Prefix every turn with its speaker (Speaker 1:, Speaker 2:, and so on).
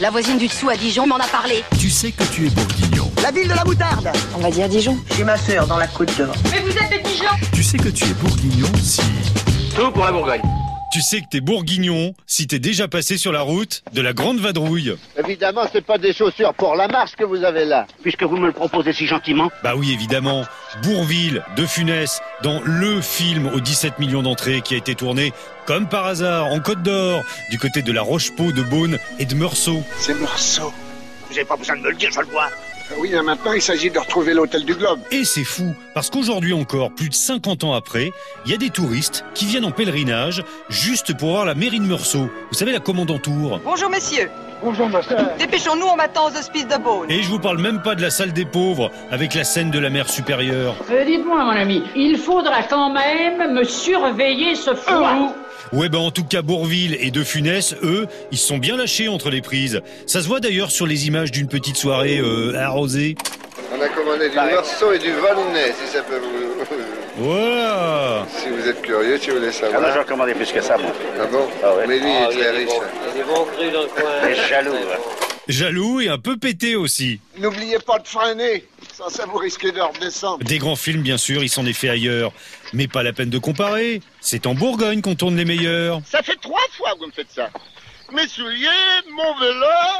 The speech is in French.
Speaker 1: La voisine du dessous à Dijon m'en a parlé.
Speaker 2: Tu sais que tu es bourguignon.
Speaker 3: La ville de la moutarde
Speaker 4: On va dire Dijon.
Speaker 5: J'ai ma sœur dans la côte d'Or.
Speaker 6: Mais vous êtes de Dijon
Speaker 2: Tu sais que tu es bourguignon si...
Speaker 7: Tout pour la Bourgogne.
Speaker 8: Tu sais que t'es bourguignon si t'es déjà passé sur la route de la Grande Vadrouille.
Speaker 9: Évidemment, c'est pas des chaussures pour la marche que vous avez là.
Speaker 7: Puisque vous me le proposez si gentiment.
Speaker 8: Bah oui, évidemment. Bourville, de Funès, dans le film aux 17 millions d'entrées qui a été tourné, comme par hasard, en Côte d'Or, du côté de la Rochepau, de Beaune et de Meursault.
Speaker 10: C'est Meursault.
Speaker 7: Vous avez pas besoin de me le dire, je le vois.
Speaker 10: Oui, mais maintenant il s'agit de retrouver l'hôtel du Globe.
Speaker 8: Et c'est fou, parce qu'aujourd'hui encore, plus de 50 ans après, il y a des touristes qui viennent en pèlerinage juste pour voir la mairie de Meursault. Vous savez, la commande en tour.
Speaker 11: Bonjour messieurs.
Speaker 10: Bonjour ma sœur.
Speaker 11: Dépêchons-nous, on m'attend aux hospices de Beaune.
Speaker 8: Et je vous parle même pas de la salle des pauvres, avec la scène de la mer supérieure.
Speaker 12: Euh, Dites-moi, mon ami, il faudra quand même me surveiller ce froid. Oh.
Speaker 8: Ouais, ben en tout cas, Bourville et De Funès, eux, ils sont bien lâchés entre les prises. Ça se voit d'ailleurs sur les images d'une petite soirée euh, arrosée.
Speaker 9: On a commandé du morceau et du Volnay, si ça peut vous.
Speaker 8: Voilà
Speaker 9: Si vous êtes curieux, si vous voulez savoir.
Speaker 7: Ah, moi, j'en commandais plus que ça, moi.
Speaker 9: Ah bon
Speaker 7: Ah ouais.
Speaker 9: Mais lui,
Speaker 13: Ah, y
Speaker 9: il est très
Speaker 13: a des
Speaker 9: riche.
Speaker 13: bons- il y a des bons crus dans le coin.
Speaker 7: Et jaloux. hein.
Speaker 8: Jaloux et un peu pété aussi.
Speaker 10: N'oubliez pas de freiner, sans ça vous risquez de redescendre.
Speaker 8: Des grands films, bien sûr, ils s'en est fait ailleurs. Mais pas la peine de comparer. C'est en Bourgogne qu'on tourne les meilleurs.
Speaker 9: Ça fait trois fois que vous me faites ça. Mes souliers, mon vélo.